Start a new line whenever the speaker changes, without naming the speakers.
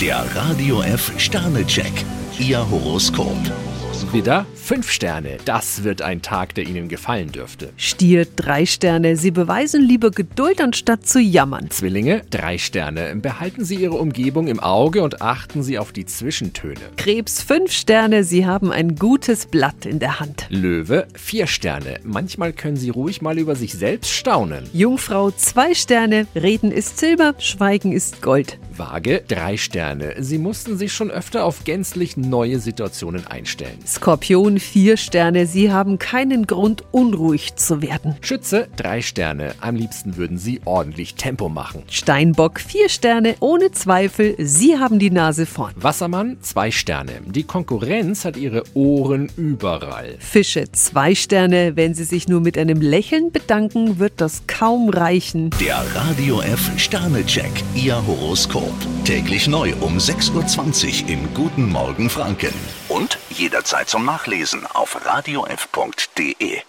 Der Radio F Sternecheck, Ihr Horoskop.
Widder, fünf Sterne. Das wird ein Tag, der Ihnen gefallen dürfte.
Stier, drei Sterne. Sie beweisen lieber Geduld, anstatt zu jammern.
Zwillinge, drei Sterne. Behalten Sie Ihre Umgebung im Auge und achten Sie auf die Zwischentöne.
Krebs, fünf Sterne. Sie haben ein gutes Blatt in der Hand.
Löwe, vier Sterne. Manchmal können Sie ruhig mal über sich selbst staunen.
Jungfrau, zwei Sterne. Reden ist Silber, Schweigen ist Gold.
Waage, drei Sterne. Sie mussten sich schon öfter auf gänzlich neue Situationen einstellen.
Skorpion, vier Sterne. Sie haben keinen Grund, unruhig zu werden.
Schütze, drei Sterne. Am liebsten würden Sie ordentlich Tempo machen.
Steinbock, vier Sterne. Ohne Zweifel, Sie haben die Nase vorn.
Wassermann, zwei Sterne. Die Konkurrenz hat Ihre Ohren überall.
Fische, zwei Sterne. Wenn Sie sich nur mit einem Lächeln bedanken, wird das kaum reichen.
Der Radio F Sternecheck, Ihr Horoskop. Täglich neu um 6.20 Uhr im Guten Morgen Franken. Und jederzeit zum Nachlesen auf radiof.de.